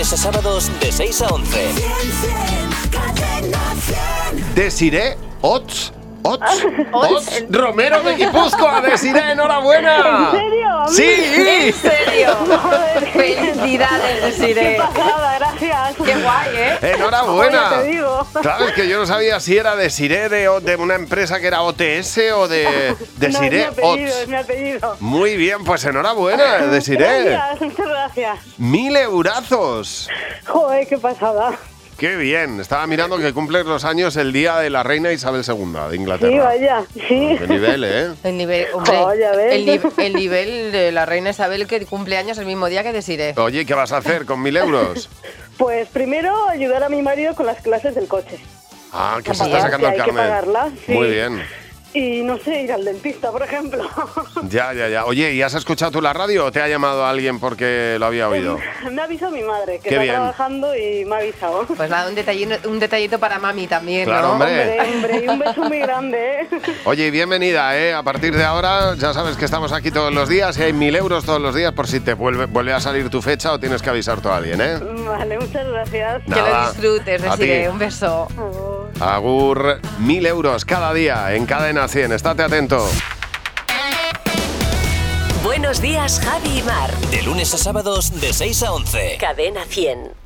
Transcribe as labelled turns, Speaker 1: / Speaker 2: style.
Speaker 1: a sábados de 6 a 11.
Speaker 2: Desiré Ots.
Speaker 3: Ah,
Speaker 2: Ots, Ots, Romero de Guipúzcoa, Desiré, enhorabuena.
Speaker 3: ¿En serio?
Speaker 2: Sí.
Speaker 4: ¿En serio?
Speaker 3: Joder.
Speaker 4: Felicidades,
Speaker 3: Qué
Speaker 4: Desiree.
Speaker 3: pasada, gracias.
Speaker 4: Qué guay, ¿eh?
Speaker 2: Enhorabuena.
Speaker 3: Bueno, te digo.
Speaker 2: Claro, es que yo no sabía si era Desiré de, o de una empresa que era OTS o de
Speaker 3: No,
Speaker 2: Desiré
Speaker 3: es mi apellido, es
Speaker 2: Ots.
Speaker 3: mi apellido.
Speaker 2: Muy bien, pues enhorabuena, Desiré.
Speaker 3: Gracias, muchas gracias.
Speaker 2: Mil eurazos.
Speaker 3: Joder, qué pasada.
Speaker 2: Qué bien. Estaba mirando que cumples los años el día de la reina Isabel II de
Speaker 3: Sí,
Speaker 2: Inglaterra.
Speaker 3: vaya, sí.
Speaker 2: Qué nivel, ¿eh?
Speaker 4: El nivel, hombre,
Speaker 3: Jo, ya ves.
Speaker 4: el, ni- el nivel de la reina Isabel que cumple años el mismo día que Desiree.
Speaker 2: Oye, ¿qué vas a hacer con mil euros?
Speaker 3: Pues primero ayudar a mi marido con las clases del coche.
Speaker 2: Ah, que se
Speaker 4: Vaya,
Speaker 2: está sacando
Speaker 3: que
Speaker 2: el
Speaker 3: hay que
Speaker 2: carnet.
Speaker 3: pagarla, sí.
Speaker 2: Muy bien.
Speaker 3: Y no sé, ir al dentista, por ejemplo.
Speaker 2: Ya, ya, ya. Oye, ¿y has escuchado tú la radio o te ha llamado alguien porque lo había oído?
Speaker 3: Me ha avisado mi madre, que
Speaker 2: Qué
Speaker 3: está
Speaker 2: bien.
Speaker 3: trabajando y me ha avisado.
Speaker 4: Pues nada, un detallito, un detallito para mami también,
Speaker 2: Claro,
Speaker 4: ¿no?
Speaker 2: hombre.
Speaker 3: Hombre, hombre, y un beso muy grande, ¿eh?
Speaker 2: Oye, y bienvenida, ¿eh? A partir de ahora ya sabes que estamos aquí todos los días y hay mil euros todos los días por si te vuelve, vuelve a salir tu fecha o tienes que avisar tú a alguien, ¿eh?
Speaker 3: Vale, muchas gracias.
Speaker 4: Que
Speaker 2: Nada.
Speaker 4: lo disfrutes,
Speaker 2: A ti.
Speaker 4: Desiree. Un beso.
Speaker 3: Agur.
Speaker 2: Agur, mil euros cada día en Cadena 100. Estate atento.
Speaker 5: Buenos días, Javi y Mar.
Speaker 1: De lunes a sábados de 6 a 11.
Speaker 5: Cadena 100.